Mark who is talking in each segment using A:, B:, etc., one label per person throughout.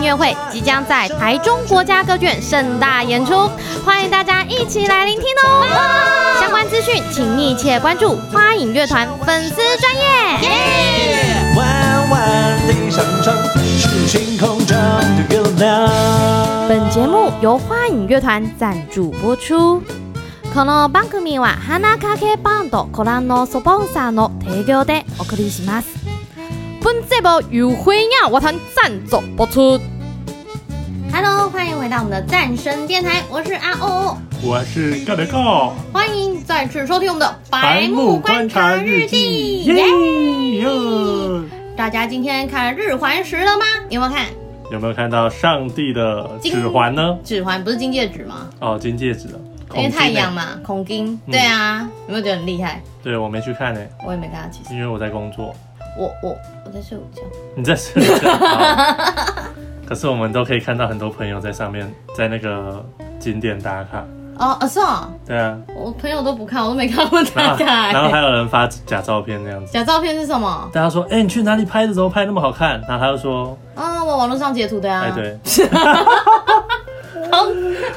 A: 乐会即将在台中国家歌剧院盛大演出，欢迎大家一起来聆听哦。相关资讯请密切关注花影乐团粉丝专业。
B: 弯弯的山川是星空中的月亮。
A: 本节目由花影乐团赞助播出。この番組は花かけバンドコランのスポンサーの提供でお送りします。本节目由花影乐团赞助播出。Hello，欢迎回到我们的战神电台，我是阿欧欧，
C: 我是高德高，
A: 欢迎再次收听我们的
C: 白木观察日记，耶哟！
A: 大家今天看日环食了吗？有没有看？
C: 有没有看到上帝的指环呢？
A: 指环不是金戒指吗？
C: 哦，金戒指了，
A: 因为太阳
C: 孔金呢？
A: 嘛，孔金。
C: 嗯
A: 对啊，有没有觉得很厉害？
C: 对我没去看呢，
A: 我也没看到，其实
C: 因为我在 工作。
A: 我我我在睡午觉。
C: 你在睡觉？好可是我们都可以看到很多朋友在上面，在那个景点打卡。
A: 哦，啊是哦，
C: 对啊，
A: 我朋友都不看，我都没看过
C: 然
A: 大
C: 后
A: 家、
C: 然后还
A: 欸。
C: 有人发假照片那样子。
A: 假照片是什么？
C: 大家说，哎、你去哪里拍的？怎么拍那么好看？然后他就说，
A: 啊，我网络上截图的呀、
C: 哎、
A: 啊。
C: 对，
A: 好，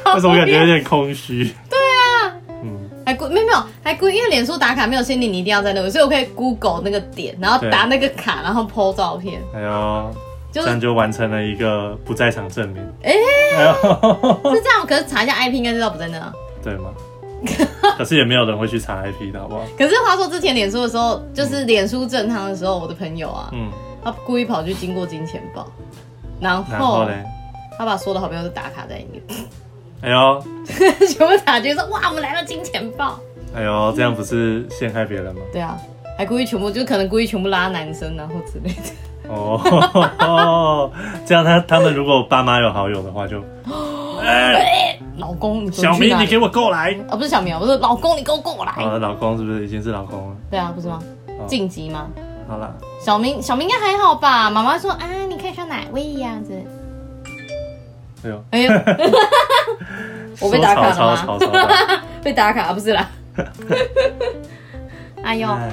A: 好
C: 为什么感觉有点空虚？对啊，嗯，
A: 还故没有没有还故意，因为脸书打卡没有限定你一定要在那个，所以我可以 Google 那个点，然后
C: 对
A: 打那个卡，然后 PO 照片，
C: 哎呦，
A: 就
C: 这
A: 是
C: 样就完成了一个不在场证明。
A: 哎
C: 哎呦，
A: 是这样。可是查一下 IP 应该知道不在那。
C: 对 吗？可是也没有人会去查 IP 的好不好？
A: 可是话说之前脸书的时候，就是脸书正常的时候，我的朋友啊，
C: 嗯，
A: 他故意跑去经过金钱豹，然
C: 然后
A: 后
C: 嘞，
A: 他把所有的好朋友都打卡在里面，
C: 哎呦，
A: 全部打去说哇，我们来到金钱豹。
C: 哎呦，这样不是陷害别人吗？
A: 对啊，还故意全部就可能故意全部拉男生然后之类的。
C: 哦， 这样他他们如果爸妈有好友的 话就，哎，
A: 老公，你给我
C: 小
A: 去
C: 明
A: 哪
C: 你
A: 里哎
C: 给我过来。
A: 啊、不是小明，我是老公，你给我过来。
C: 好了，老公是不是已经是老公了？
A: 对啊，不是吗？
C: 哦
A: 晋级吗？
C: 好啦，
A: 小明，小明应该还好吧？妈妈说啊，你可以穿奶味呀、这。
C: 哎呦，
A: 哎呦，我被打卡了吗
C: 说吵吵吵 吵，
A: 被打卡不是 啦。哎呦，
C: 哎，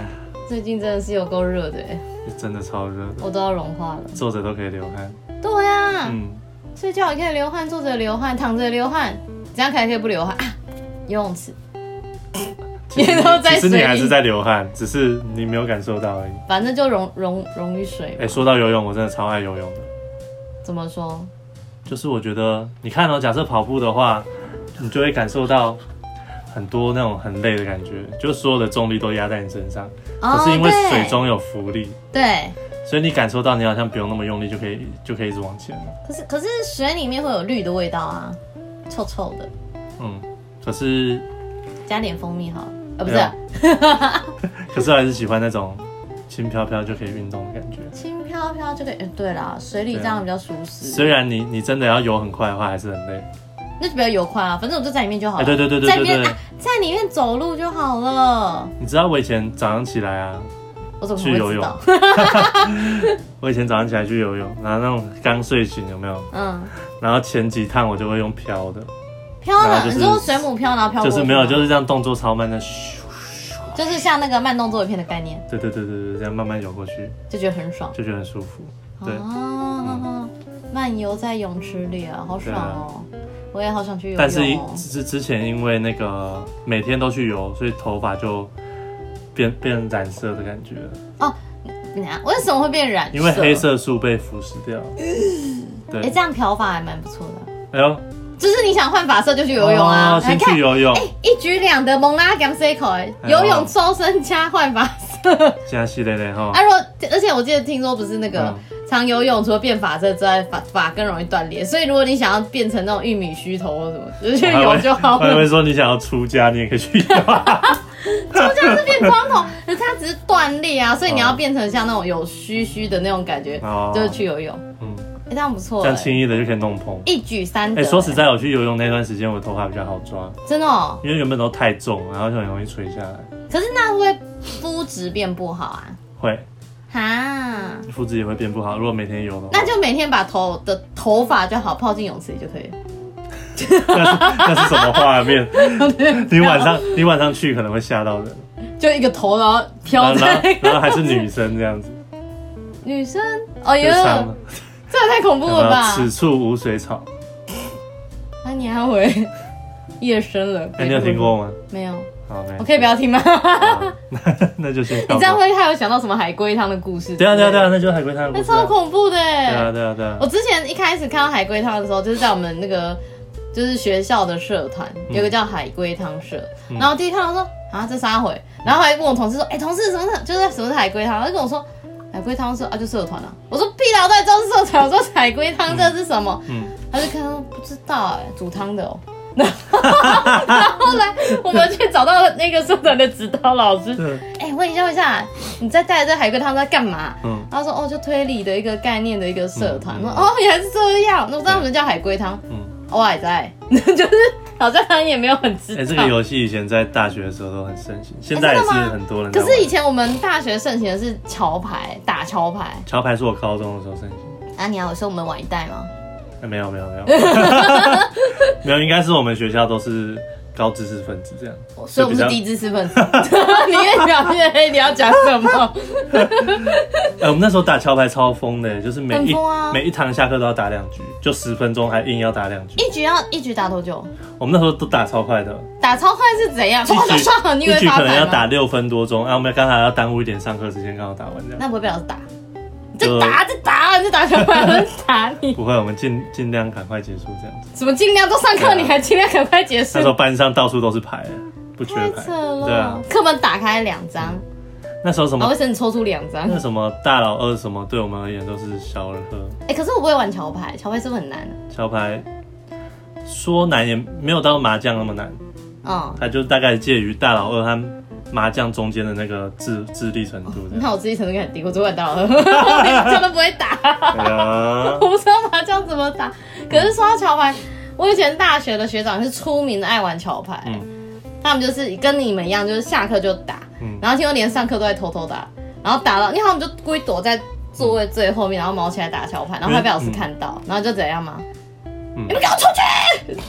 A: 最近真的是有够热的欸，
C: 真的超热的，
A: 我都要融化了。
C: 坐着都可以流汗。
A: 对啊，
C: 嗯，
A: 睡觉也可以流汗，坐着流汗，躺着流汗，怎样才可以不流汗啊？游泳池，
C: 其实
A: 也
C: 你
A: 都在
C: 其实
A: 水
C: 你
A: 里
C: 还是在流汗，只是你没有感受到而已。
A: 反正就溶溶溶于水
C: 哎、。说到游泳，我真的超爱游泳的。
A: 怎么说？
C: 就是我觉得，你看哦，假设跑步的话，你就会感受到很多那种很累的感觉，就是所有的重力都压在你身上。
A: 哦
C: 可是因为
A: 对
C: 水中有浮力，
A: 对，
C: 所以你感受到你好像不用那么用力就可以就可以一直往前了。
A: 可是可是水里面会有绿的味道啊，臭臭的，
C: 嗯，可是
A: 加点蜂蜜好了，呃不是
C: 哎呀 可是还是喜欢那种轻飘飘就可以运动的感觉。
A: 轻飘飘就可以。哎对啦，水里这样比较舒适，
C: 虽然你你真的要游很快的话，还是很累。
A: 那就不要游快啊，反正我就在里面就好
C: 哎、
A: 了。
C: 对对对对
A: 在里
C: 对
A: 面
C: 对
A: 啊，，在里面走路就好了。
C: 你知道我以前早上起来啊，
A: 我怎么
C: 去游
A: 会知
C: 泳
A: 道？
C: 我以前早上起来去游泳，然后那种刚睡醒有没有？
A: 嗯，
C: 然后前几趟我就会用飘的，
A: 飘
C: 然
A: 了，
C: 后就是
A: 你说水母飘，然后飘过
C: 就是没有，就是是这样动作超慢的，咻，
A: 就是像那个慢动作影片的概念，
C: 对对对对对，这样慢慢游过去，
A: 就觉得很爽。
C: 就觉得很舒服。对
A: 哦啊，漫游在泳池里啊，好爽哦！我也好想去游泳哦。
C: 但是之之前因为那个每天都去游，所以头发就变变染色的感觉了，
A: 你看为什么会变染？
C: 因为黑。色素被腐蚀掉。
A: 哎、
C: 对
A: 这，样漂法还蛮不错的，
C: 哎呦，
A: 就是你想换发色就去游泳啊，
C: 哦
A: 来
C: 先
A: 看
C: 去，游泳
A: 哎、，一举两得，蒙拉 gam c 口，哎，
C: 哎呦哎
A: 游泳瘦身加换发色。
C: 现在系列嘞哈
A: 啊，，如果而且我记得听说不是那个、
C: 嗯
A: 常游泳，除了变发色之外，发发更容易断裂，所以如果你想要变成那种玉米须头或什么，就去
C: 我还
A: 游
C: 会
A: 就好
C: 我还
A: 了
C: 会。说你想要出家，你也可以去游。
A: 就像是变光 头，可是它只是断裂啊，所以你要变成像那种有须须的那种感觉，
C: 哦
A: 就是去游泳，
C: 嗯，
A: 哎、这样不错、
C: 这样
A: 欸，
C: 轻易的就可以弄蓬。
A: 一举三得、
C: 哎、说实，在，我去游泳那段时间，我头发比较好抓，
A: 真的、哦，
C: 因为原本都太重，然后就很容易垂下来。
A: 可是那会不会肤质变不好啊？
C: 会，
A: 哈，
C: 肤质也会变不好。如果每天游的话，
A: 那就每天把头的头发就好泡进泳池里就可以了。
C: 那是什么 画面？ 你晚上你晚上去可能会吓到人，
A: 就一个头，然后
C: 然
A: 飘
C: 后然 后
A: 在
C: 然后还是女生这样子，
A: 女生，哎
C: 就
A: 呦
C: 长，
A: 这也太恐怖
C: 有没
A: 了
C: 有
A: 吧？
C: 此处无水草，
A: 那你还回夜深了？
C: 哎，你有听？过吗？
A: 没有，
C: 好，没
A: 我可以不要听吗？
C: 好那 那就先跳过。
A: 你这样会害我想到什么海龟汤的故事？
C: 对啊对啊对啊，，那就是海龟汤的
A: 那
C: 故事啊。
A: 超恐怖的
C: 对啊
A: 哎！
C: 对啊对啊
A: 我。之前一开始看到海龟汤的时候，就是在我们那个就是学校的社团，
C: 嗯
A: 有个叫海龟汤社，然后我第一看到说啊这啥回，然后还问我同事说，哎同事什么是就是什么是海龟汤，他就跟我说。海龟汤社啊，就社团啊。我说屁啦，我到底知道是社团。我说海龟汤社是什么？
C: 嗯，
A: 他就看到不知道哎、煮汤的哦。然后后来我们去找到了那个社团的指导老师，
C: 对，
A: 哎、问一下问一下，你在带这海龟汤在干嘛？
C: 嗯
A: 他说哦，就推理的一个概念的一个社团。我
C: 嗯
A: 说哦，原来是这样。那我知道我们叫海龟汤，哦
C: 嗯。
A: 我还在， 就是好像他也没有很知道。
C: 哎，这个游戏以前在大学的时候都很盛行，现在
A: 哎
C: 也
A: 真
C: 是
A: 的吗
C: 很多人在
A: 可
C: 玩。
A: 是以前我们大学盛行的是桥牌，打桥牌。
C: 桥牌是我高中的时候盛行。
A: 啊，你还有说我们晚一代吗？
C: 哎没有没 有没有，没有，应该是我们学校都是高知识分哦子这样，
A: 所以我们
C: 就是比
A: 低知识分子。 你越讲越黑，你要讲什么？
C: 较。哎，我们那时候打桥牌超疯的，就是每一
A: 很疯啊
C: 每一堂下课都要打两局，就十分钟还硬要打两局。
A: 一局要一局打多久？
C: 我们那时候都打超快的，
A: 打超快是怎样？
C: 一
A: 唰
C: 局
A: 唰唰，你以
C: 一
A: 为
C: 局
A: 发
C: 可能要
A: 牌
C: 打
A: 吗？
C: 六分多钟，啊，我们刚才要耽误一点上课时间，刚好打完这样。
A: 那不会被老师打？
C: 呃
A: 你
C: 就
A: 再打，再打，你再打小朋友打 你！
C: 不会，我们尽尽量赶快结束这样子。
A: 怎么尽量都上
C: 对
A: 课，
C: 啊
A: 你还尽量赶快结束
C: 那时？候班上到处都是牌，不缺
A: 太
C: 牌。
A: 扯
C: 对啊嗯
A: 了，，课本打开两张，
C: 那时候什
A: 然后
C: 么
A: 卫生纸抽出两张
C: 那。什么大佬二什么，对我们而言都是小儿科。
A: 哎，可是我不会玩桥牌，桥牌是不是很难？
C: 桥牌说难也没有到麻将那么难，
A: 嗯，
C: 它就大概介于大佬二和麻将中间的那个智智力程度这
A: 你
C: 样。
A: 看我自己程度很低，我只会玩 到了，我连麻将都不会打。
C: 对 啊
A: 我不知道麻将怎么打。可是说到桥牌，我以前大学的学长是出名的爱玩桥牌，他们就是跟你们一样，就是下课就打，
C: 嗯
A: 然后听说连上课都在偷偷打，然后打到，因为他们就故意躲在座位最后面，然后毛起来打桥牌，然后还被老师看到，然后就怎样嘛，
C: 嗯
A: 你们给我出去，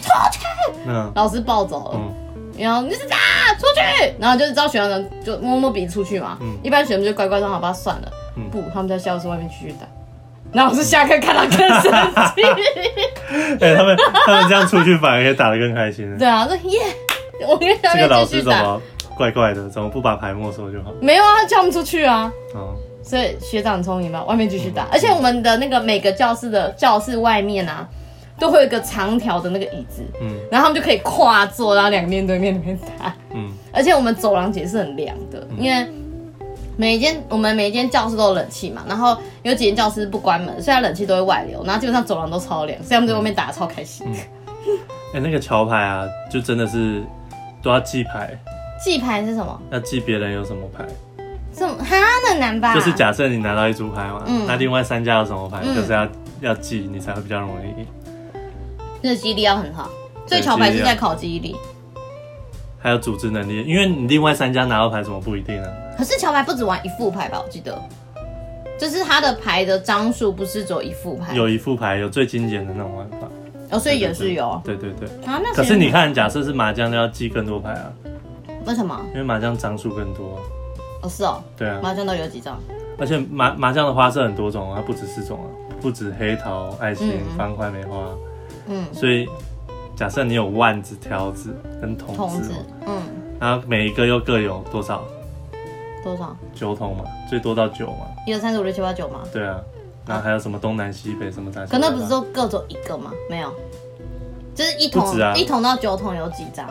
C: 那
A: 老师暴走了。
C: 嗯
A: 然后你就是啊，出去，然后就知道学生呢就摸摸鼻子出去嘛。
C: 嗯
A: 一般学生就乖乖说好吧，算了。
C: 嗯
A: 不，他们在教室外面继续打。然后老师下课看到更生 气。
C: 哎，他们他们这样出去反而可以打得更开心。
A: 对啊，这耶，我跟下
C: 这个
A: 面
C: 老
A: 继
C: 师
A: 续
C: 怎
A: 打。
C: 么怪怪的？怎么不把牌没收就好？
A: 没有啊，他叫我们出去啊。
C: 哦，
A: 所以学长很聪明吧，外面继续
C: 嗯
A: 打。而且我们的那个每个教室的教室外面啊，都会有一个长条的那个椅子，
C: 嗯
A: 然后他们就可以跨坐，然后两个面对面里面打。
C: 嗯
A: 而且我们走廊也是很凉的，因为每一间我们每一间教室都有冷气嘛，然后有几间教室不关门，所以它冷气都会外流，然后基本上走廊都超凉，所以他们在外面打得超开心。
C: 嗯哎，那个桥牌啊，就真的是都要记牌，
A: 记牌是什么？
C: 要记别人有什么牌。
A: 这么哈那很难吧？
C: 就是假设你拿到一组牌嘛，
A: 啊嗯
C: 那另外三家有什么牌，
A: 嗯
C: 就是要要记，你才会比较容易赢。
A: 就是记忆力要很好，所
C: 对
A: 以桥牌
C: 记忆
A: 是
C: 力
A: 在
C: 要
A: 考记忆力。
C: 还有组织能力，因为你另外三家拿到牌怎么不一定呢、啊
A: 可是桥牌不止玩一副牌吧？我记得，就是它的牌的张数不是只有一副牌，
C: 有一副牌有最精简的那种玩法，
A: 哦，所以哎也是有啊。
C: 对对对。
A: 那
C: 可
A: 谁
C: 是你看，假设是麻将，就要记更多牌啊，
A: 为什么？
C: 因为麻将张数更多。
A: 哦，是哦，
C: 对啊，
A: 麻将都有几张？
C: 而且麻麻将的花色很多种啊，不止四种啊，不止黑桃、爱心、
A: 嗯
C: 方块、梅花。
A: 嗯，
C: 所以假设你有腕子、条子跟筒
A: 筒
C: 子
A: 子
C: 哦，，
A: 嗯，
C: 然后每一个又各有多少？
A: 多少？
C: 九筒嘛，最多到九嘛。
A: 一二三四五六七八九吗？
C: 对啊，然后还有什么东南西北什么大小？
A: 可那不是说各走一个吗？没有，就是一
C: 不
A: 桶
C: 止啊
A: 一桶到九桶有几张？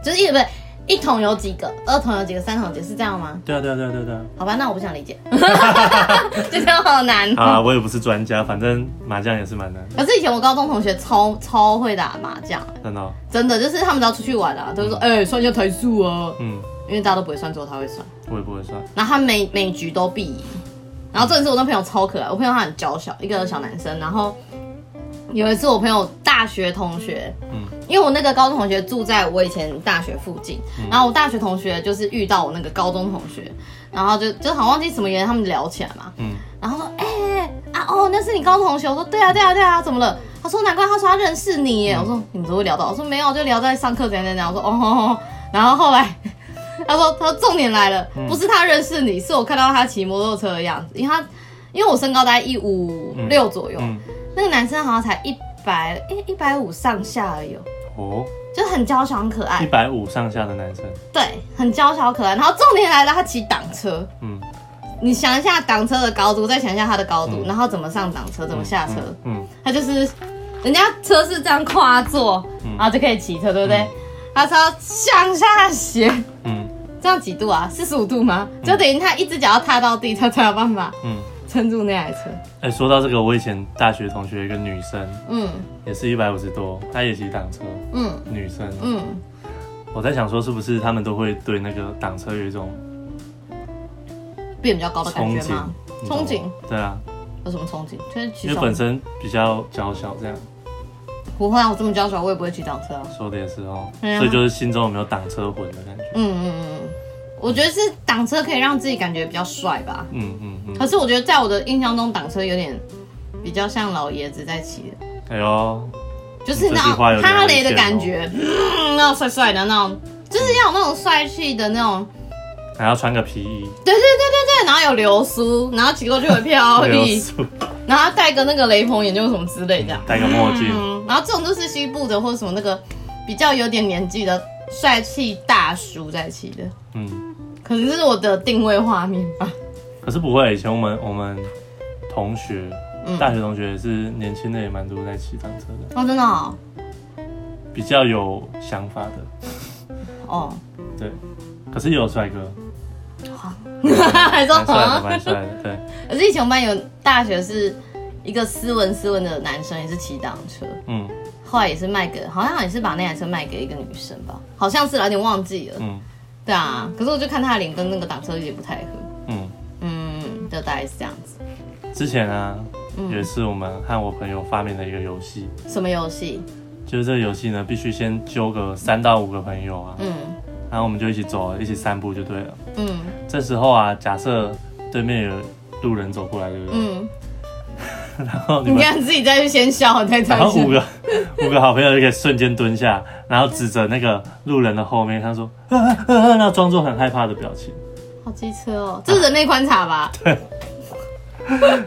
A: 就是一不是一桶有几个，二桶有几个，三桶有几个，是这样吗？
C: 对啊对啊对啊对啊对啊。
A: 好吧，那我不想理解， 就这样好难
C: 好
A: 哦。
C: 啊，我也不是专家，反正麻将也是蛮难的，
A: 可是以前我高中同学超超会打麻将，欸
C: 真的哦、
A: 真的就是他们只要出去玩啊，都会说哎、算一下台数啊，
C: 嗯，
A: 因为大家都不会算，只有他会算。
C: 我也不会算。
A: 然后他每每局都必赢。然后这一次我那朋友超可爱，我朋友他很娇小，一个小男生。然后有一次我朋友大学同学，
C: 嗯
A: 因为我那个高中同学住在我以前大学附近，
C: 嗯
A: 然后我大学同学就是遇到我那个高中同学，然后就就好忘记什么原因，他们聊起来嘛，
C: 嗯，
A: 然后说哎、啊哦那是你高中同学，我说对啊对啊对啊，怎么了？他说难怪他说他认识你
C: 嗯
A: 耶，我说你们怎么会聊到？我说没有，就聊在上课怎样怎样怎样，我说哦哦哦，然后后来。
C: 嗯
A: 他说：“他说重点来了，不是他认识你，是我看到他骑摩托车的样子，因为他，因因为我身高大概一五六左右，
C: 嗯，
A: 那个男生好像才一百一一百五上下而已哦，
C: 哦，
A: 就很娇小很可
C: 一
A: 爱，
C: 百五上下的男生，
A: 对，很娇小可爱。然后重点来了，他骑挡车，
C: 嗯，
A: 你想一下挡车的高度，再想一下他的高度，
C: 嗯
A: 然后怎么上挡车，怎么下车，
C: 嗯，嗯，
A: 他就是人家车是这样跨坐，
C: 嗯
A: 然后就可以骑车，对不对
C: 嗯？
A: 他是要向下斜，
C: 嗯，
A: 这样几度啊？四十五度吗？就等于他一只脚要踏到地，他才有办法
C: 嗯。
A: 撑住那台车。
C: 哎、说到这个，我以前大学同学有一个女生，
A: 嗯
C: 也是一百五十多，她也骑挡车，
A: 嗯
C: 女生。
A: 嗯，
C: 我在想说，是不是他们都会对那个挡车有一种
A: 变比较高的感
C: 憧
A: 觉
C: 憬
A: 吗？？
C: 你懂吗
A: 憧憬？
C: 对啊，
A: 有什么憧憬？就是骑
C: 因为
A: 手
C: 本身比较娇小，这样
A: 不会啊，我这么娇小，我也不会骑挡车啊。
C: 说的也是哦。
A: 对啊
C: 所以就是心中有没有挡车魂的感觉？
A: 嗯嗯嗯嗯，我觉得是挡车可以让自己感觉比较帅吧。
C: 嗯嗯嗯。
A: 可是我觉得在我的印象中，挡车有点比较像老爷子在骑的，
C: 哎呦，
A: 就是那
C: 这句话有
A: 种
C: 点
A: 哈雷的
C: 危险哦
A: 感觉，嗯那种帅帅的那种，就是要有那种帅气的那种。
C: 还要穿个皮衣，
A: 对对对对对，然后有流苏，然后骑过去很漂
C: 流
A: 亮，
C: 苏，
A: 然后戴个那个雷朋眼镜什么之类的。
C: 戴个墨镜，
A: 嗯，然后这种就是西部的或者什么那个比较有点年纪的帅气大叔在骑的，
C: 嗯。
A: 可能这是我的定位画面吧。
C: 可是不会，以前我们我们同学，
A: 嗯
C: 大学同学也是年轻的，也蛮多在骑挡车的，
A: 哦，真的哦，
C: 比较有想法的。
A: 哦，
C: 对，可是也有帅哥，
A: 还说
C: 蛮帅的，
A: 啊
C: 蛮 帅的。对，
A: 可是以前我们班有大学是一个斯文斯文的男生，也是骑挡车，
C: 嗯
A: 后来也是卖给，好像也是把那台车卖给一个女生吧，好像是啦，有点忘记了。
C: 嗯
A: 对啊，可是我就看他的脸跟那个挡车有点不太合，
C: 嗯。
A: 嗯，就大概是这样子。
C: 之前啊，
A: 嗯
C: 也是我们和我朋友发明的一个游戏，
A: 什么游戏？
C: 就是这个游戏呢，必须先揪个三到五个朋友啊，
A: 嗯
C: 然后我们就一起走，一起散步就对了。
A: 嗯
C: 这时候啊，假设对面有路人走过来，对不对？
A: 嗯，
C: 然后你
A: 你
C: 们，
A: 看自己再去先笑，再再
C: 然后
A: 笑
C: 五。个五个好朋友就可以瞬间蹲下，然后指着那个路人的后面，他说，啊啊啊啊然后装作很害怕的表情。
A: 好机车哦，这是人类观察吧？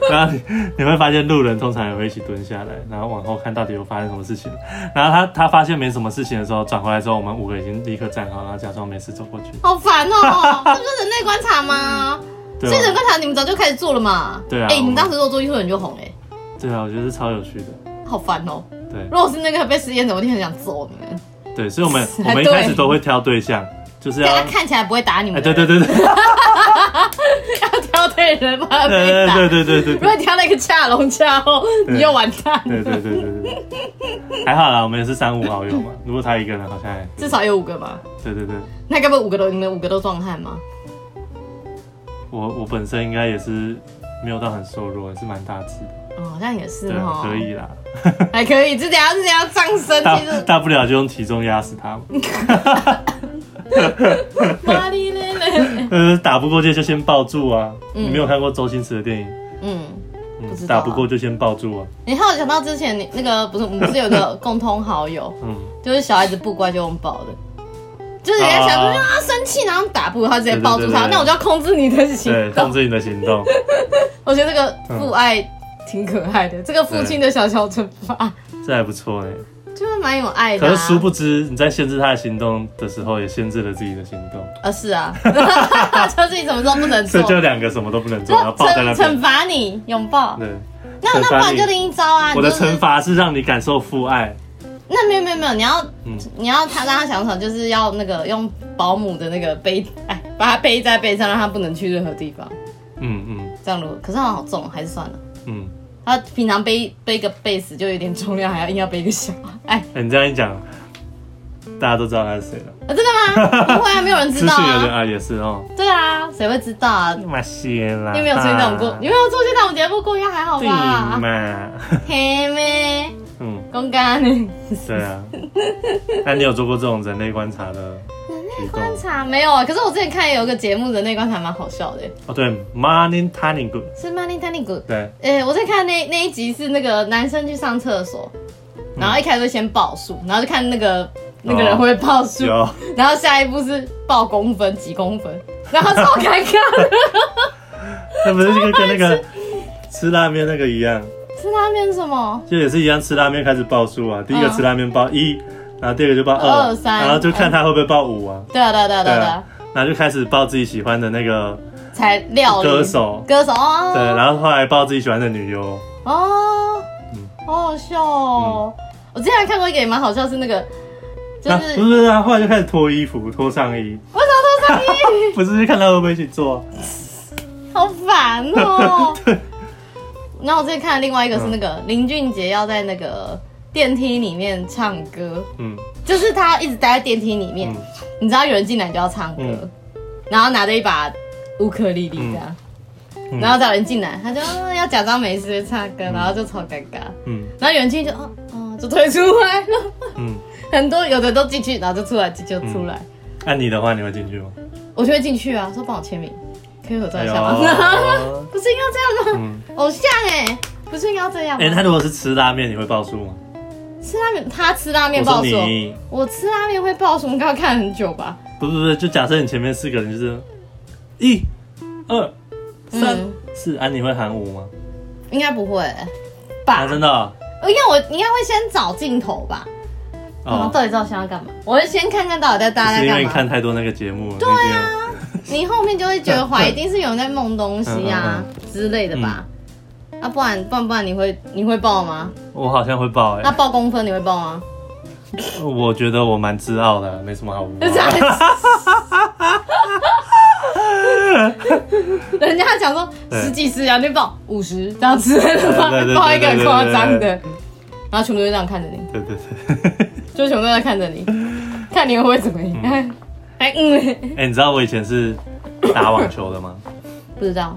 C: 然后你你会发现路人通常也会一起蹲下来，然后往后看到底有发生什么事情。然后他他发现没什么事情的时候，转回来之后，我们五个已经立刻站好，然后假装没事走过去。
A: 好烦哦，这不是人类观察吗？
C: 对
A: 所以人类
C: 啊，
A: 观察你们早就开始做了嘛？
C: 对啊
A: 哎，
C: 我
A: 你
C: 们
A: 当时如果做艺术人就红哎，
C: 对啊，我觉得是超有趣的。
A: 好烦哦。
C: 对
A: 如果是那个被实验者，我一定很想揍你们。
C: 对，所以我们
A: 对
C: 我们一开始都会挑对象，就是要
A: 但他看起来不会打你
C: 哎，
A: 们。
C: 对对，对对对
A: 要挑对人不然被打。
C: 对对对对对
A: 如果挑了一个恰龙恰后，
C: 对
A: 你就完蛋。
C: 对对对对对对，还好啦，我们也是三五好友 嘛。如果他一个人，好像还
A: 至少有五个吧？
C: 对对对，
A: 那该不会五个都你们五个都壮汉吗？
C: 我我本身应该也是没有到很瘦弱，也是蛮大只的，
A: 哦，好像也是
C: 对啊，
A: 哈，
C: 可，以啦。
A: 还可以，这等下这等下上升，
C: 大
A: 其实
C: 大不了就用体重压 死他嘛。
A: 哇哩嘞嘞，
C: 呃，打不过去就先抱住啊！你没有看过周星驰的电影？
A: 嗯，
C: 嗯
A: 不知道啊
C: 打不过就先抱住啊！
A: 你还有想到之前你那个不是我们不是有个共通好友，
C: 嗯，
A: 就是小孩子不乖就用抱的。就是人家想说
C: 啊
A: 让他生气，然后打不过他直接抱住他，
C: 对对对对对
A: 那我就要控制你的行
C: 对，控
A: 动。
C: 制你的嗯行 动。
A: 我觉得这个父爱挺可爱的，这个父亲的小小惩罚
C: 这还不错哎。
A: 就是蛮有爱的、啊。
C: 可是殊不知你在限制他的行动的时候，也限制了自己的行动。
A: 啊，是啊， 就是你什么时候不能
C: 这
A: 做，
C: 就两个什么都不能
A: 就
C: 做，然后抱在那
A: 惩惩
C: 边。
A: 罚你拥抱。
C: 对，
A: 那那不然就另一招啊，
C: 我的
A: 你就是
C: 惩罚是让你感受父爱。
A: 那没有没有没有，你要、
C: 嗯
A: 你要他让他想想，就是要那个用保姆的那个背哎，把他背在背上，让他不能去任何地方。
C: 嗯嗯
A: 这样如果可是好像好重，还是算了。
C: 嗯。
A: 他平常背背个贝斯就有点重量，还要硬要背一个小孩。哎，
C: 哎，你这样一讲，大家都知道他是谁了。
A: 啊真的 吗？不会啊，没有人知
C: 资
A: 道
C: 讯有点
A: 啊。
C: 啊，也是哦。
A: 对啊，谁会知道啊？
C: 你嘛些啦，
A: 你有没有出现这种过？你有没有出现这种节目过？应该还好
C: 对
A: 吧？
C: 嘛？
A: 嘿咩，
C: 嗯。
A: 公干呢？
C: 对啊，那你有做过这种人类观察的提供？
A: 观察没有啊？可是我之前看有一个节目，人类观察蛮好笑的，
C: 哦，对，Morning Tanning Good，
A: 是 Money t a n i g
C: 对，
A: 哎、我在看那那一集是那个男生去上厕所，然后一开始会先报数，然后就看那个那个人会不会报数，
C: 哦有，
A: 然后下一步是报公分几公分，然后超尴尬的，
C: 那不是就跟那个吃拉面那个一样，
A: 吃拉面是什么？
C: 就也是一样吃拉面开始报数啊，第一个
A: 嗯
C: 吃拉面报一，然后第二个就报二
A: 二，三
C: 然后就看他会不会报五啊，
A: 对啊对啊对啊对啊对啊，
C: 然后就开始报自己喜欢的那个
A: 才料理
C: 歌手，
A: 歌手哦，
C: 对，然后后来报自己喜欢的女优，
A: 哦
C: 嗯，
A: 好好笑哦！我之前还看过一个也蛮好笑，是那个就
C: 那
A: 是
C: 不是啊，后来就开始脱衣服、脱上 衣，
A: 为什么都上衣？
C: 不是看他会不会一起做，
A: 好烦 哦。然后我之前看的另外一个
C: 嗯
A: 是那个林俊杰要在那个电梯里面唱歌，
C: 嗯
A: 就是他一直待在电梯里面
C: 嗯，
A: 你知道有人进来你就要唱歌，
C: 嗯
A: 然后拿着一把乌克丽丽这样，
C: 嗯
A: 然后找人进来，他就、啊要假装没事唱歌，然后就超尴尬，
C: 嗯
A: 然后有人进去就哦哦就退出来了，
C: 嗯，
A: 很多有的都进去，然后就出来就出来，
C: 按你的话你会进去吗？
A: 我就会进去啊，说帮我签名，可以合照
C: 哎
A: 一
C: 呦
A: 下吗？ 不是应该这样吗？
C: 嗯，
A: 偶像哎、不是应该要这样吗？
C: 哎，他如果是吃拉面，你会报数吗？
A: 吃拉面，他吃拉面
C: 我
A: 爆
C: 说
A: 什么？
C: 你，
A: 我吃拉面会爆什么？刚看很久吧。
C: 不是不是，就假设你前面四个人就是一、二、三
A: 嗯、
C: 四，啊，你会喊五吗？
A: 应该不会、
C: 啊，
A: 吧？
C: 真的哦
A: 因呃为我应该会先找镜头吧，然后
C: 哦，
A: 到底知道想要干嘛？我会先看看到底在大家
C: 是
A: 在
C: 因
A: 干
C: 为你看
A: 嘛。
C: 太多那个节目了，对啊，
A: 你后面就会觉得怀 疑，一定是有人在梦东西
C: 嗯
A: 啊之类的吧？啊，不然不然不然你会你会爆吗？
C: 我好像会报
A: 那
C: 哎，
A: 爆公分你会爆 吗？
C: 我觉得我蛮自傲的，没什么好 无聊的。
A: 人家讲说
C: 对
A: 十几十啊，你报五十这样之类的吧
C: 对对对对，
A: 报一个很夸张
C: 对
A: 的，然后全部都这样看着你，
C: 对对对，
A: 就全部都在看着你，看你会不会怎么 样。还嗯，
C: 哎，你知道我以前是打网球的吗？
A: 不知道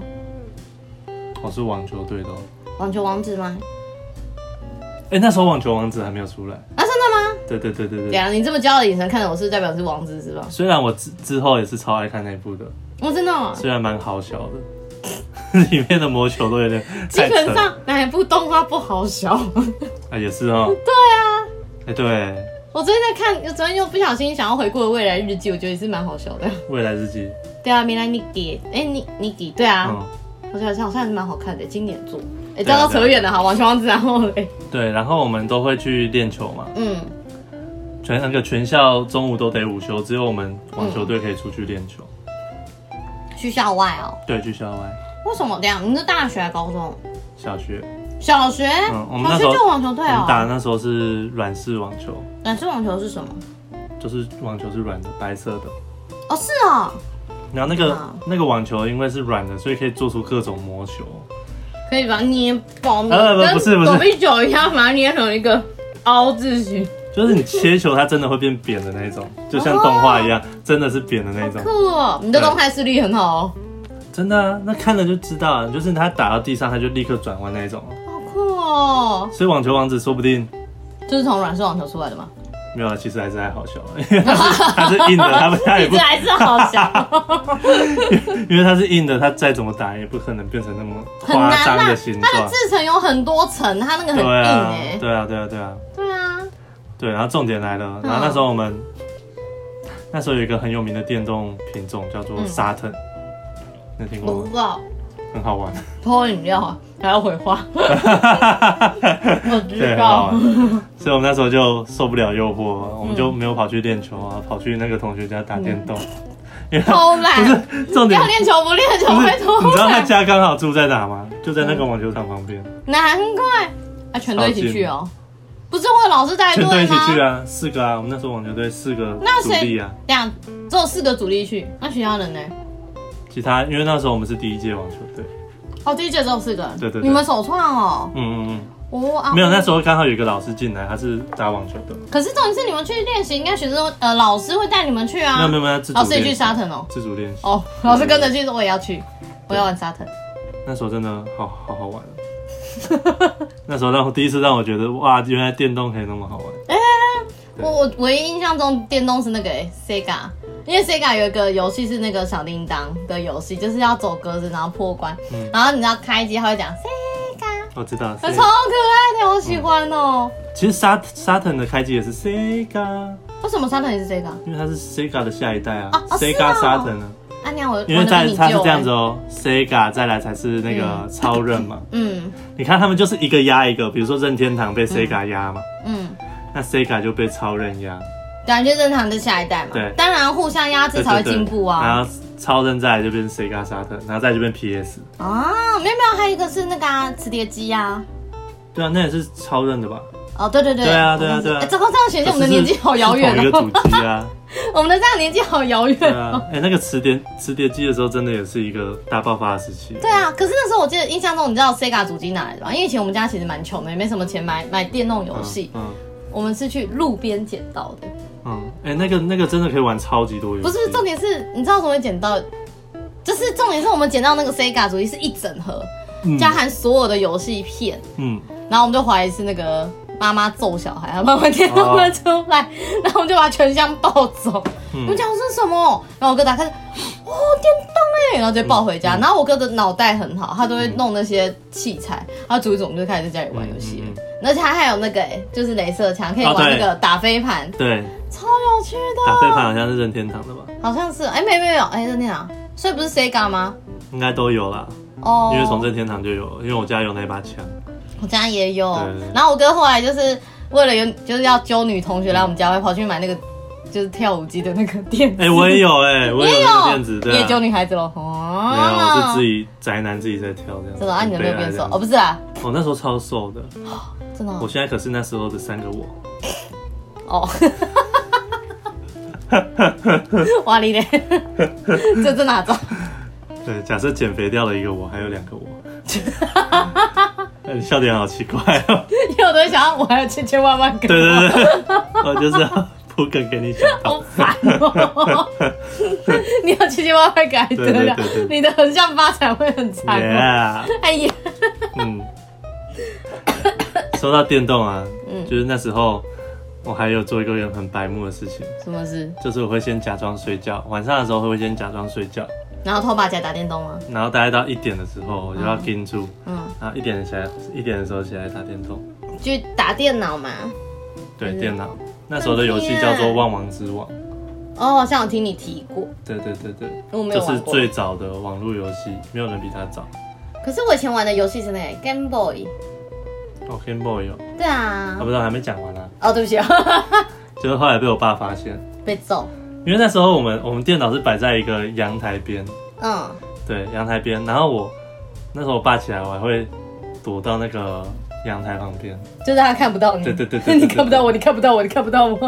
C: 我是网球队的哦。
A: 网球王子吗？
C: 哎，那时候网球王子还没有出来。
A: 啊，真的吗？
C: 对对对对
A: 对
C: 对。
A: 啊，你这么骄傲的眼神看着我，是代表是王子是吧？
C: 虽然我之之后也是超爱看那部的，
A: 我真的哦，
C: 虽然蛮好笑的，里面的 魔球都有点
A: 基
C: 太扯
A: 本上哪一部动画不好笑？
C: 啊，也是哦。
A: 对啊，
C: 哎，对，
A: 我昨天在看，昨天又不小心想要回顾的未来日记，我觉得也是蛮好笑的。
C: 未来日记，
A: 对啊，米兰妮给，哎，妮妮给，对啊，
C: 嗯，
A: 我觉得好像还是蛮好看的，经典作。哎、
C: 对啊
A: 刚刚扯远了哈，网球王子，然后嘞，
C: 对，然后我们都会去练球嘛，
A: 嗯，
C: 全那个全校中午都得午休，只有我们网球队可以出去练球，
A: 去校外哦。
C: 对，去校外
A: 为什么这样？你是大学还是啊高中？
C: 小学，
A: 小学？
C: 嗯，我们
A: 小
C: 那
A: 学
C: 时候
A: 就有网球队
C: 我们打
A: 哦。
C: 那时候是软式网球，
A: 软式网球是什么？
C: 就是网球是软的，白色的。
A: 哦，是哦。
C: 然后那个
A: 啊
C: 那个网球因为是软的，所以可以做出各种魔球。
A: 可以把它捏爆，
C: 呃不不是不是
A: 躲避球一样，把它捏成一个凹字形，
C: 就是你切球，它真的会变扁的那一种，
A: 哦
C: 就像动画一样，真的是扁的那一种
A: 酷，哦！你的动态视力很好哦，
C: 真的啊，那看了就知道啊，就是它打到地上，它就立刻转弯那一种哦。
A: 好酷哦！
C: 所以网球王子说不定
A: 就是从软式网球出来的嘛，
C: 没有啊，其实还是还好笑 啊，因为它是它是 硬的，它它也
A: 一
C: 不
A: 直，还是好 小，
C: 因为它是硬的，它再怎么打也不可能变成那么
A: 很
C: 夸
A: 难
C: 张
A: 啦
C: 的形。
A: 它的
C: 状。
A: 制成有很多层，它那个很
C: 对
A: 硬
C: 啊
A: 哎，，
C: 对啊，对啊，对啊，
A: 对啊，
C: 对。然后重点来
A: 嗯
C: 了，然后那时候我们那时候有一个很有名的电动品种叫做
A: 嗯哦
C: 沙腾，你有听
A: 我
C: 过
A: 不
C: 吗
A: 知？道。
C: 很好玩。
A: 偷饮料啊，还要回 话。我
C: 对，
A: 知
C: 很好
A: 道
C: 玩。所以我们那时候就受不了诱惑，我们
A: 嗯
C: 就没有跑去练球啊，跑去那个同学家打电动， 因为他
A: 偷
C: 不
A: 懒，
C: 是重点
A: 要，练嗯球不练球
C: 不
A: 会
C: 是你
A: 偷
C: 知道他
A: 懒，嗯哎
C: 家刚好住在哪吗？就在那个网球场旁边，
A: 难怪。啊，全队一起去哦，不是会有老师带
C: 全队
A: 队
C: 一起去
A: 吗？
C: 啊，四个啊，我们那时候网球队四个
A: 那
C: 主
A: 谁
C: 力啊，
A: 这样只有四个主力去，那其他人呢？
C: 其他因为那时候我们是第一届网球队，
A: 哦，第一届只有四个人，
C: 对对对
A: 你们首创哦，
C: 嗯嗯
A: 哦啊
C: 嗯，没有，那时候刚好有一个老师进来，他是打网球的，
A: 可是重点是你们去练习，应该学生呃老师会带你们去啊，
C: 没有没有没有，他自主
A: 老师也去
C: 练习
A: 沙腾哦，
C: 自主练习，
A: 哦，老师跟着去说我也要去，我要玩沙腾，
C: 那时候真的好好好玩啊。那时候让我第一次让我觉得哇，原来电动可以那么好玩。
A: 我我唯一印象中电动是那个、欸、Sega，因为 Sega 有一个游戏是那个小叮当的游戏，就是要走格子然后破关，
C: 嗯
A: 然后你知道开机它会讲 Sega，
C: 我知道，
A: 超可爱的，好喜欢哦、
C: 其实沙沙腾的开机也是 Sega，
A: 为什么沙腾也是 Sega？
C: 因为它是 Sega 的下一代啊
A: 哦哦是
C: ，Sega
A: 哦
C: 沙腾啊，
A: 啊娘，我
C: 因为在他
A: 他
C: 是这样子，哦，Sega 再来才是那个超任 嘛。
A: 嗯
C: 你看他们就是一个压一个，比如说任天堂被 Sega 压嘛，
A: 嗯，
C: 那 Sega 就被超任压，
A: 感觉正常的下一代嘛，
C: 对
A: 当然互相压制才会进步
C: 对对对
A: 啊。
C: 然后超任再来就变 Sega 沙特，然后再来就变 PS。
A: 啊，没有没有，还有一个是那个啊，磁碟机啊。
C: 对啊，那也是超任的吧？
A: 哦，对对对，
C: 对啊对
A: 好
C: 啊
A: 像是
C: 对啊
A: 哎这个这样选，我们的年纪好遥远
C: 可是是同
A: 哦，
C: 一个主机 啊，
A: 我们的这样年纪好遥
C: 对
A: 远
C: 啊
A: 哦。，
C: 哎、那个磁碟磁碟机的时候，真的也是一个大爆发的时期。
A: 对啊，可是那时候我记得印象中，你知道 Sega 主机哪来的吗？因为以前我们家其实蛮穷的，也没什么钱买买电动游戏，
C: 嗯
A: 我们是去路边捡到的。
C: 嗯，哎、那个那个真的可以玩超级多游戏。
A: 不是重
C: 点，
A: 点是，你知道怎么会捡到？就是重点是我们捡到那个 Sega 主机是一整盒，
C: 嗯
A: 加含所有的游戏片，
C: 嗯，
A: 然后我们就怀疑是那个妈妈揍小孩，然后把我电
C: 哦
A: 动拿出来，然后我们就把全箱抱走。
C: 嗯
A: 我们讲这是什么？然后我哥打开，哦，电动哎，然后直接抱回
C: 嗯
A: 家。然后我哥的脑袋很好，他都会弄那些器材，他煮一煮，我们就开始在家里玩游戏了
C: 嗯嗯。
A: 而且他还有那个哎，就是镭射枪，可以玩
C: 哦对
A: 那个打飞盘，
C: 对，
A: 超有趣的。
C: 打飞盘好像是任天堂的吧？
A: 好像是，哎、没没没有，哎、任天堂，所以不是 Sega 吗？
C: 应该都有啦，
A: 哦，
C: 因为从任天堂就有，因为我家有那把枪。
A: 我家也有
C: 对，
A: 然后我哥后来就是为了有就是要揪女同
C: 嗯
A: 学来我们家，会跑去买那个就是跳舞机的那个 垫子，
C: 哎、我也有 哎、我
A: 你
C: 也
A: 也
C: 有那个垫子，
A: 有，你
C: 对
A: 也揪
C: 啊。
A: 女孩子喽，
C: 没有，
A: 哦，
C: 我是自己宅男自己在跳这样。
A: 真的啊，你有没有变
C: 很悲
A: 瘦？
C: 哀
A: 哦，不是啊，
C: 这样我那时候超瘦的，
A: 真的
C: 我
A: 哦
C: 现在可是那时候的三个我。
A: 哦，哇你嘞， 这啊这哪招？
C: 对，假设减肥掉了一个我，还有两个 我。哎你笑点好奇怪哦。
A: 因为我都会想要我还有千千万万个，
C: 对对对，我就是要铺梗给你想
A: 好
C: 到。
A: 烦哦！ 你有七七八八改得了
C: 对对对，对
A: 你的横向发展会很长哦。
C: Yeah，
A: 哎呀，
C: 嗯。说到电动啊，
A: 嗯
C: 就是那时候我还有做一个很白目的事情，
A: 什么事？
C: 就是我会先假装睡觉，晚上的时候会先假装睡觉，
A: 然后偷把起来打电动吗？
C: 然后大概到一点的时候我就要盯住，
A: 嗯，
C: 然后一点起来，一点的时候起来打电动，
A: 就打电脑嘛。
C: 对，
A: 嗯
C: 电脑。那时候的游戏叫做《万王之王》，
A: 哦，好像我听你提过，
C: 对对对对。
A: 我没
C: 这
A: 有玩
C: 是
A: 过。
C: 最早的网络游戏，没有人比它早。
A: 可是我以前玩的游戏是那个 Game Boy。
C: 哦，Game Boy 有，
A: 对啊
C: 啊，。不是还没讲完啊，
A: 哦，对不起，
C: 就是后来被我爸发现，
A: 被揍。
C: 因为那时候我们我们电脑是摆在一个阳台边，
A: 嗯，
C: 对，阳台边，然后我那时候我爸起来，我还会躲到那个阳台旁边，
A: 就是他看不到你。
C: 对对对对对
A: 你看不到我，你看不到我，你看不到我。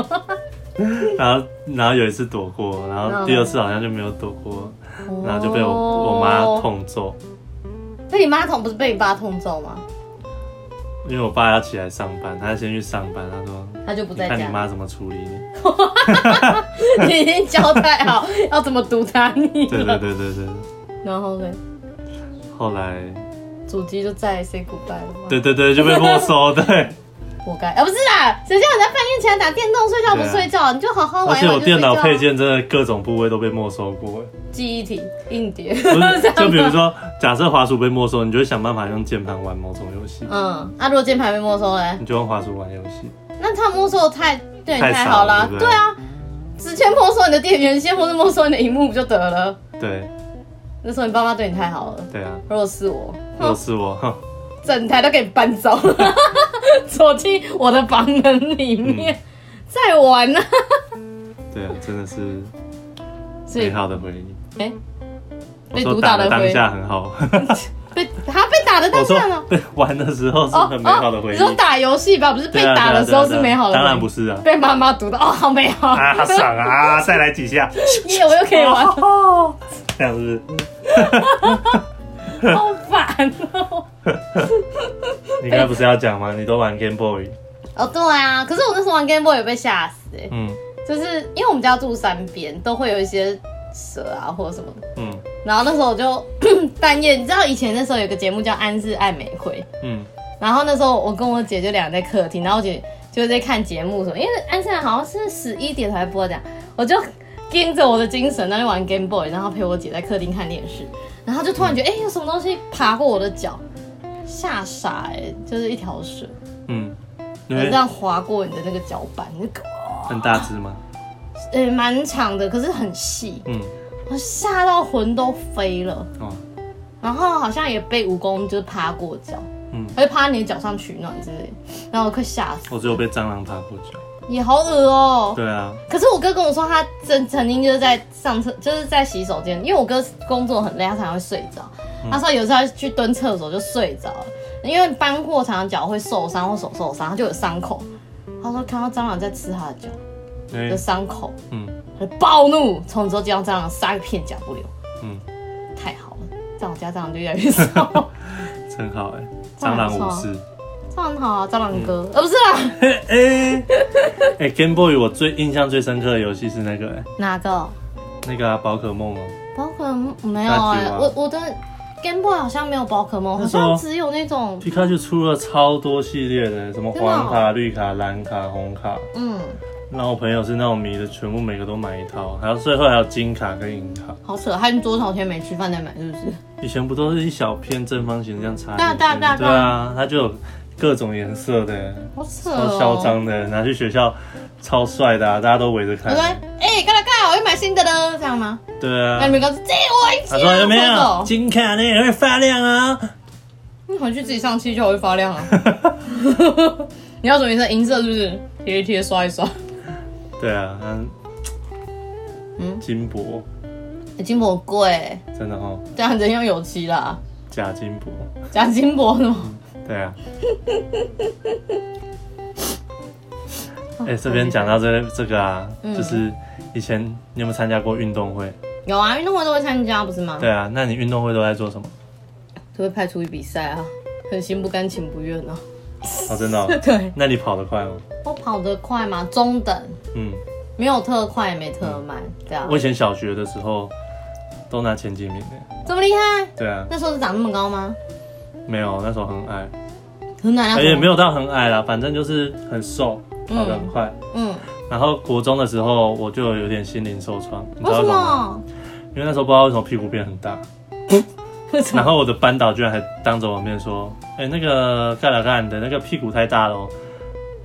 C: 然后然后有一次躲过，然后第二次好像就没有躲过，
A: 嗯
C: 然后就被我我妈
A: 捅。
C: 痛揍，
A: 哦被你妈捅不是被你爸痛揍吗？
C: 因为我爸要起来上班，他先去上班，他说。
A: 他就不
C: 你
A: 在
C: 看
A: 家。
C: 你妈怎么处理你？
A: 你已经交代好 要怎么毒打你
C: 对对
A: 了。
C: 对对对。
A: 然后呢，
C: 后来，
A: 主机就再也 say goodbye 了吗？
C: 对对对，就被没 收。对，
A: 活该啊！不是啦，谁叫你在半夜起来打电动睡觉不睡觉？你就好好
C: 而
A: 玩一
C: 且
A: 玩
C: 我
A: 就睡
C: 电
A: 觉啊。
C: 脑配件真的各种部位都被没收 过，
A: 记忆体、硬碟，
C: 不是
A: 这样吗
C: 就比如，说，假设滑鼠被没收，你就会想办法用键盘玩某种游戏，
A: 嗯，啊，如果键盘被没收嘞，
C: 你就用滑鼠玩游戏。
A: 那他没收的太对你
C: 太
A: 太
C: 少
A: 好啦
C: 了，对不
A: 对
C: 对
A: 啊，直接没收你的电源线，或是没收你的荧幕不就得了？
C: 对
A: 那时候你爸妈对你太好了。
C: 对啊，
A: 如果是我，哦
C: 如果是我， 哼
A: 整台都给你搬走， 走进我的房门里面，
C: 嗯
A: 再玩啊呢、
C: 对啊，真的是
A: 所以
C: 美好的回忆。
A: 哎
C: 我
A: 被
C: 说
A: 毒打
C: 打
A: 的
C: 的当
A: 回
C: 下很好，
A: 被他被打的
C: 我
A: 当
C: 说
A: 下呢？
C: 被玩的时候是很美好的
A: 哦
C: 回
A: 你
C: 忆。
A: 说打游戏吧，不是被
C: 对啊
A: 打的时
C: 对啊对啊
A: 候
C: 对
A: 是
C: 啊
A: 美好的回忆，
C: 当然不是啊。
A: 被妈妈读到哦，好美好，
C: 啊，爽啊！再来几下，
A: 耶，我又可以玩了，
C: 这样是不是？
A: 好烦哦。
C: 你刚才不是要讲吗？你都玩 Game Boy，
A: 哦，对啊，可是我那时候玩 Game Boy 有被吓死哎、
C: 嗯
A: 就是因为我们家住山边，都会有一些蛇啊或者什么的。
C: 嗯
A: 然后那时候我就 半夜，你知道以前那时候有个节目叫《安室爱美惠》，
C: 嗯，
A: 然后那时候我跟我姐就两个在客厅，然后我姐就在看节目什么，因为安室奈好像是十一点才播的啊，我就盯着我的精神，然后就玩 Game Boy，然后哎陪我姐在客厅看电视，然后就突然觉得哎、诶有什么东西爬过我的脚，吓傻哎、就是一条蛇，
C: 嗯，因
A: 就这
C: 为
A: 样划过你的那个脚板，那个哎
C: 很大只吗？
A: 呃蛮长的，可是很细，
C: 嗯，
A: 我吓到魂都飞了。
C: 哦，
A: 然后好像也被蜈蚣就是趴过脚，
C: 嗯
A: 嗯，它就趴在你的脚上取暖之类，然后我快吓死，
C: 我只有被蟑螂爬过脚。
A: 也好恶哦、
C: 对啊，
A: 可是我哥跟我说，他曾曾经就是在上厕，就是在洗手间，因为我哥工作很累，他常常会睡着。他说有时候他去蹲厕所就睡着了，因为搬货常常脚会受伤或手受伤，他就有伤口。他说看到蟑螂在吃他的脚，
C: 哎、
A: 有伤口，
C: 嗯，
A: 他就暴怒，从此之后见到蟑螂杀个片甲不留。
C: 嗯
A: 嗯，太好了，这样我家蟑螂就越来越少。
C: 真好哎、
A: 蟑螂
C: 蟑螂
A: 不错
C: 武
A: 啊
C: 士。
A: 这样很好啊，蟑螂哥，呃不是啦，
C: 哎 哎哎，Game Boy 我最印象最深刻的游戏是那个、哎
A: 哪个？
C: 那个、啊、宝可梦哦、
A: 宝可梦没有
C: 大
A: 哎、
C: 橘吗
A: 我我的 Game Boy 好像没有宝可梦，好
C: 那时候
A: 像只有那种
C: 皮卡丘出了超多系列的，什么
A: 真的哦
C: 黄卡、绿卡、蓝卡、红卡。
A: 嗯，
C: 那我朋友是那种迷的，全部每个都买一套，还有最后还有金卡跟银卡。
A: 好扯，还有多少天没吃饭再买是不是？
C: 以前不都是一小片正方形这样插进
A: 对啊
C: 去？
A: 对啊对啊对啊
C: 啊，它就有各种颜色的，
A: 好扯
C: 超
A: 哦，
C: 嚣张的，拿去学校超帅的、啊，大家都围着
A: 我
C: 看
A: 说。哎，干了干了，我要买新的了，这样吗？
C: 对
A: 那
C: 啊
A: 你，们告诉这我一起
C: 他说有没有
A: 走走
C: 金卡呢？也会发亮啊？
A: 你回去自己上漆就好会发 亮啊。你要什么颜色？银色是不是？贴一贴，刷一刷。
C: 对啊，嗯，
A: 嗯
C: 金箔
A: 欸金箔贵，
C: 真的哦，
A: 这样人用油漆啦，
C: 假金箔，
A: 加金箔的吗？
C: 对 啊。哎、这边讲到这这个啊，
A: 嗯
C: 就是以前你有没有参加过运动会？
A: 有啊，运动会都会参加，不是吗？
C: 对啊，那你运动会都在做什么？
A: 都会派出去比赛啊，很心不甘情不愿啊。
C: 哦，真的、哦。
A: 对，
C: 那你跑得快吗？
A: 我跑得快吗？中等，
C: 嗯，
A: 没有特快，也没特慢，这样
C: 我。以前小学的时候都拿前几名的。
A: 这么厉害？
C: 对啊，
A: 那时候是长那么高吗？
C: 没有，那时候很矮，
A: 很难啊。
C: 哎也没
A: 有。
C: 有到很矮啦，反正就是很瘦，跑得很快。
A: 嗯，
C: 然后国中的时候，我就有点心灵受创，你知
A: 为什
C: 道为什么吗？
A: 么？嗯
C: 因为那时候不知道为什么屁股变很大，
A: 为什么？
C: 然后我的班导居然还当着我面说：“哎、那个盖了盖，你的那个屁股太大了哦，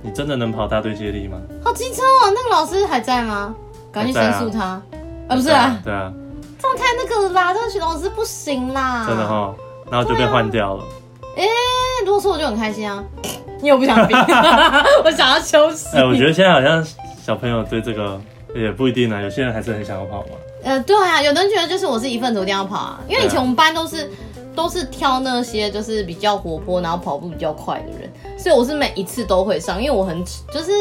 C: 你真的能跑大队接力吗
A: 好机车哦！那个老师还在吗？赶紧申诉他。啊，？”不是啊，
C: 对啊，
A: 这样太那个了啦，这个老师不行啦。
C: 真的哦哈、
A: 啊
C: 然后就被换掉了。
A: 哎、如果说我就很开心啊，因为我不想比， 我想要休息。
C: 哎、我觉得现在好像小朋友对这个也不一定啊，有些人还是很想要跑嘛。
A: 呃，对啊，有的人觉得就是我是一份子，我一定要跑啊，因为以
C: 对
A: 前
C: 啊
A: 我们班都是、都是挑那些就是比较活泼，然后跑步比较快的人，所以我是每一次都会上，因为我很就是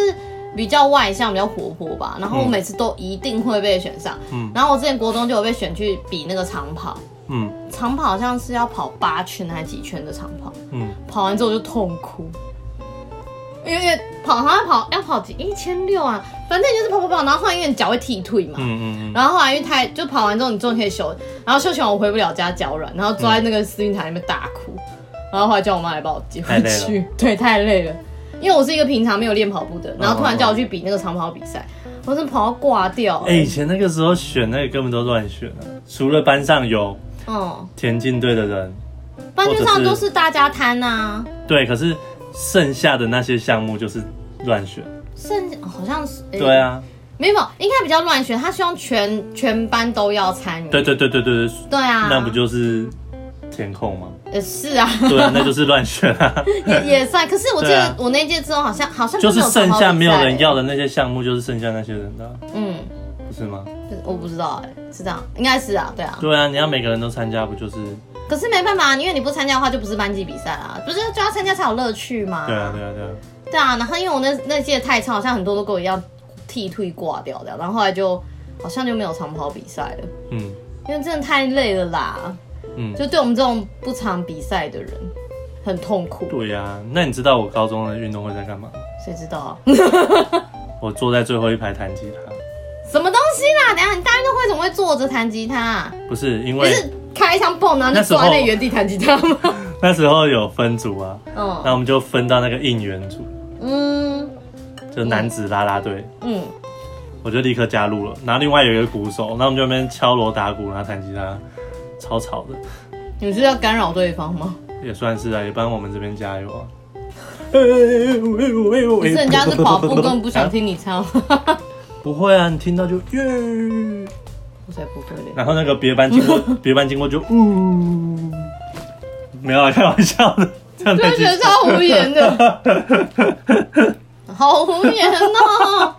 A: 比较外向、比较活泼吧，然后我
C: 嗯
A: 每次都一定会被选上。
C: 嗯
A: 然后我之前国中就有被选去比那个长跑，
C: 嗯
A: 长跑好像是要跑八圈还是几圈的长跑，
C: 嗯，
A: 跑完之后就痛哭，因为因为跑好像跑要跑几一千六啊，反正就是跑跑跑，然后忽然因为脚会踢退嘛，
C: 嗯嗯嗯，
A: 然后后来因为太就跑完之后，你终于可以休，然后休息完我回不了家，脚软，然后坐在那个司令台里面大哭，然后后来叫我妈来把我接
C: 嗯太
A: 回
C: 累了
A: 去，对，太累了，因为我是一个平常没有练跑步的，然后突
C: 哦哦
A: 然
C: 哦
A: 叫我去比那个长跑比赛，我真的跑到挂掉、欸
C: 哎、以前那个时候选那个根本都乱选啊，除了班上有
A: 嗯，
C: 田径队的人，
A: 半圈上
C: 或者是
A: 都是大家摊啊，
C: 对，可是剩下的那些项目就是乱选。
A: 剩下好像是、哎
C: 对，啊，
A: 没有，应该比较乱选，他希望全全班都要参与，
C: 对对对对对对，
A: 对啊，
C: 那不就是填空吗？
A: 呃是啊，
C: 对啊，那就是乱选啊，
A: 也 也算，可是我记
C: 对
A: 得
C: 啊
A: 我那届之后好像好像
C: 就
A: 都
C: 是剩
A: 长跑
C: 下
A: 比
C: 没有
A: 赛欸
C: 人要的那些项目，就是剩下那些人的啊，
A: 嗯。
C: 不是吗？
A: 我不知道哎、是这样，应该是啊，对啊。
C: 对啊，你要每个人都参加，不就是？
A: 可是没办法，啊因为你不参加的话，就不是班级比赛啦，不是就要参加才有乐趣嘛。
C: 对啊，对啊，对啊，
A: 对啊然后因为我那那届太差，好像很多都跟我一样剃退挂掉的，然后后来就好像就没有长跑比赛了，
C: 嗯
A: 因为真的太累了啦。
C: 嗯，
A: 就对我们这种不常比赛的人，很痛苦。
C: 对呀、啊。那你知道我高中的运动会在干嘛？
A: 谁知道啊？
C: 我坐在最后一排弹吉他，
A: 什么东西啦？等一下你大运动会怎么会坐着弹吉他、啊？
C: 不是因
A: 不
C: 为
A: 是开一枪蹦，然后
C: 那
A: 就
C: 时候
A: 坐在那原地弹吉他吗？
C: 那时候有分组啊，那
A: 嗯
C: 我们就分到那个应援组，
A: 嗯
C: 就男子啦啦队。
A: 嗯，
C: 我就立刻加入了。然后另外有一个鼓手，那我们就在那边敲锣打鼓，然后弹吉他，超吵的，
A: 你们是要干扰对方吗？
C: 也算是啊，也帮我们这边加油啊。
A: 可
C: 可
A: 是人家是跑步，根本不想听你唱。
C: 不会啊，你听到就耶，
A: 我才不会嘞。
C: 然后那个别班经 过，别班经过就呜，没有啊，开玩笑的， 这样
A: 对，
C: 太
A: 我
C: 极
A: 觉得超无言的， 好无言哦，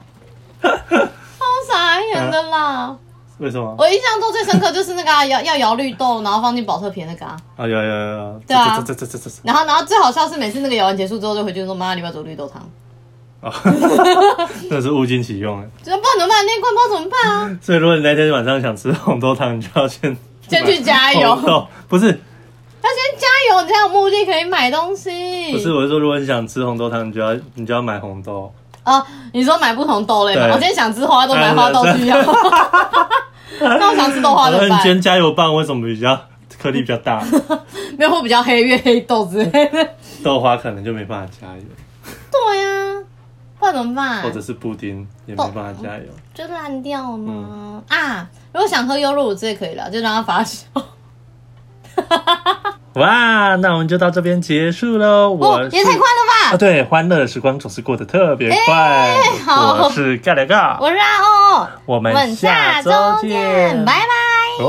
A: 超傻眼的
C: 啊
A: 啦！
C: 为什么？
A: 我印象中最深刻就是那个啊摇要摇绿豆，然后放进保特瓶那个啊。
C: 啊，有有有有，
A: 对啊
C: 这这这这这这，
A: 然后，然后最好笑是每次那个摇完结束之后，就回去说：“妈，你不要煮绿豆汤。
C: 啊，真的是物尽其用哎。”
A: 就说不然怎么办？那罐包怎么办 啊？
C: 所以如果你那天晚上想吃红豆汤，你就要先
A: 先去加油
C: 红豆不是
A: 他先加油，你才有目的可以买东西。
C: 不是，我是说，如果你想吃红豆汤，你就要你就要买红豆。
A: 啊，你说买不同豆类吗？
C: 对哎
A: 我今天想吃花豆，买花豆去要。 那我想吃豆花怎
C: 那
A: 么
C: 你今天
A: 办？
C: 加油棒为什么比较颗粒比较大？
A: 没有，会比较黑，越黑豆之类的。
C: 豆花可能就没办法加 油，
A: 对呀、不然怎么办？
C: 或者是布丁也没办法加油。
A: 就烂掉了
C: 嗯
A: 吗？啊，如果想喝优酪乳汁也可以了，就让它发 酵。哦
C: 哇，那我们就到这边结束喽。
A: 哦
C: 我，是
A: 也太快
C: 啊，
A: 了吧！
C: 对，欢乐的时光总是过得特别快。
A: 哎好
C: 我是尬聊尬，
A: 我是阿欧，
C: 我
A: 我
C: 们啊下周见，
A: 拜嗯拜。
C: 拜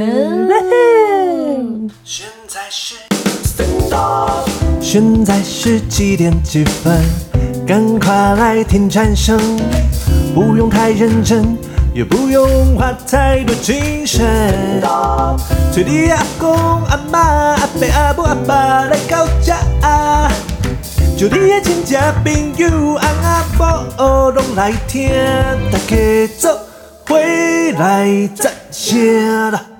A: 嗯
C: 拜。
B: 现在是现在是几点几分？赶快来听蝉声，不用太认真，也不用花太多精神。催你阿公阿妈阿伯阿母阿爸来到家，就你的亲戚朋友阿阿婆拢来听，大家做回来赞声啦。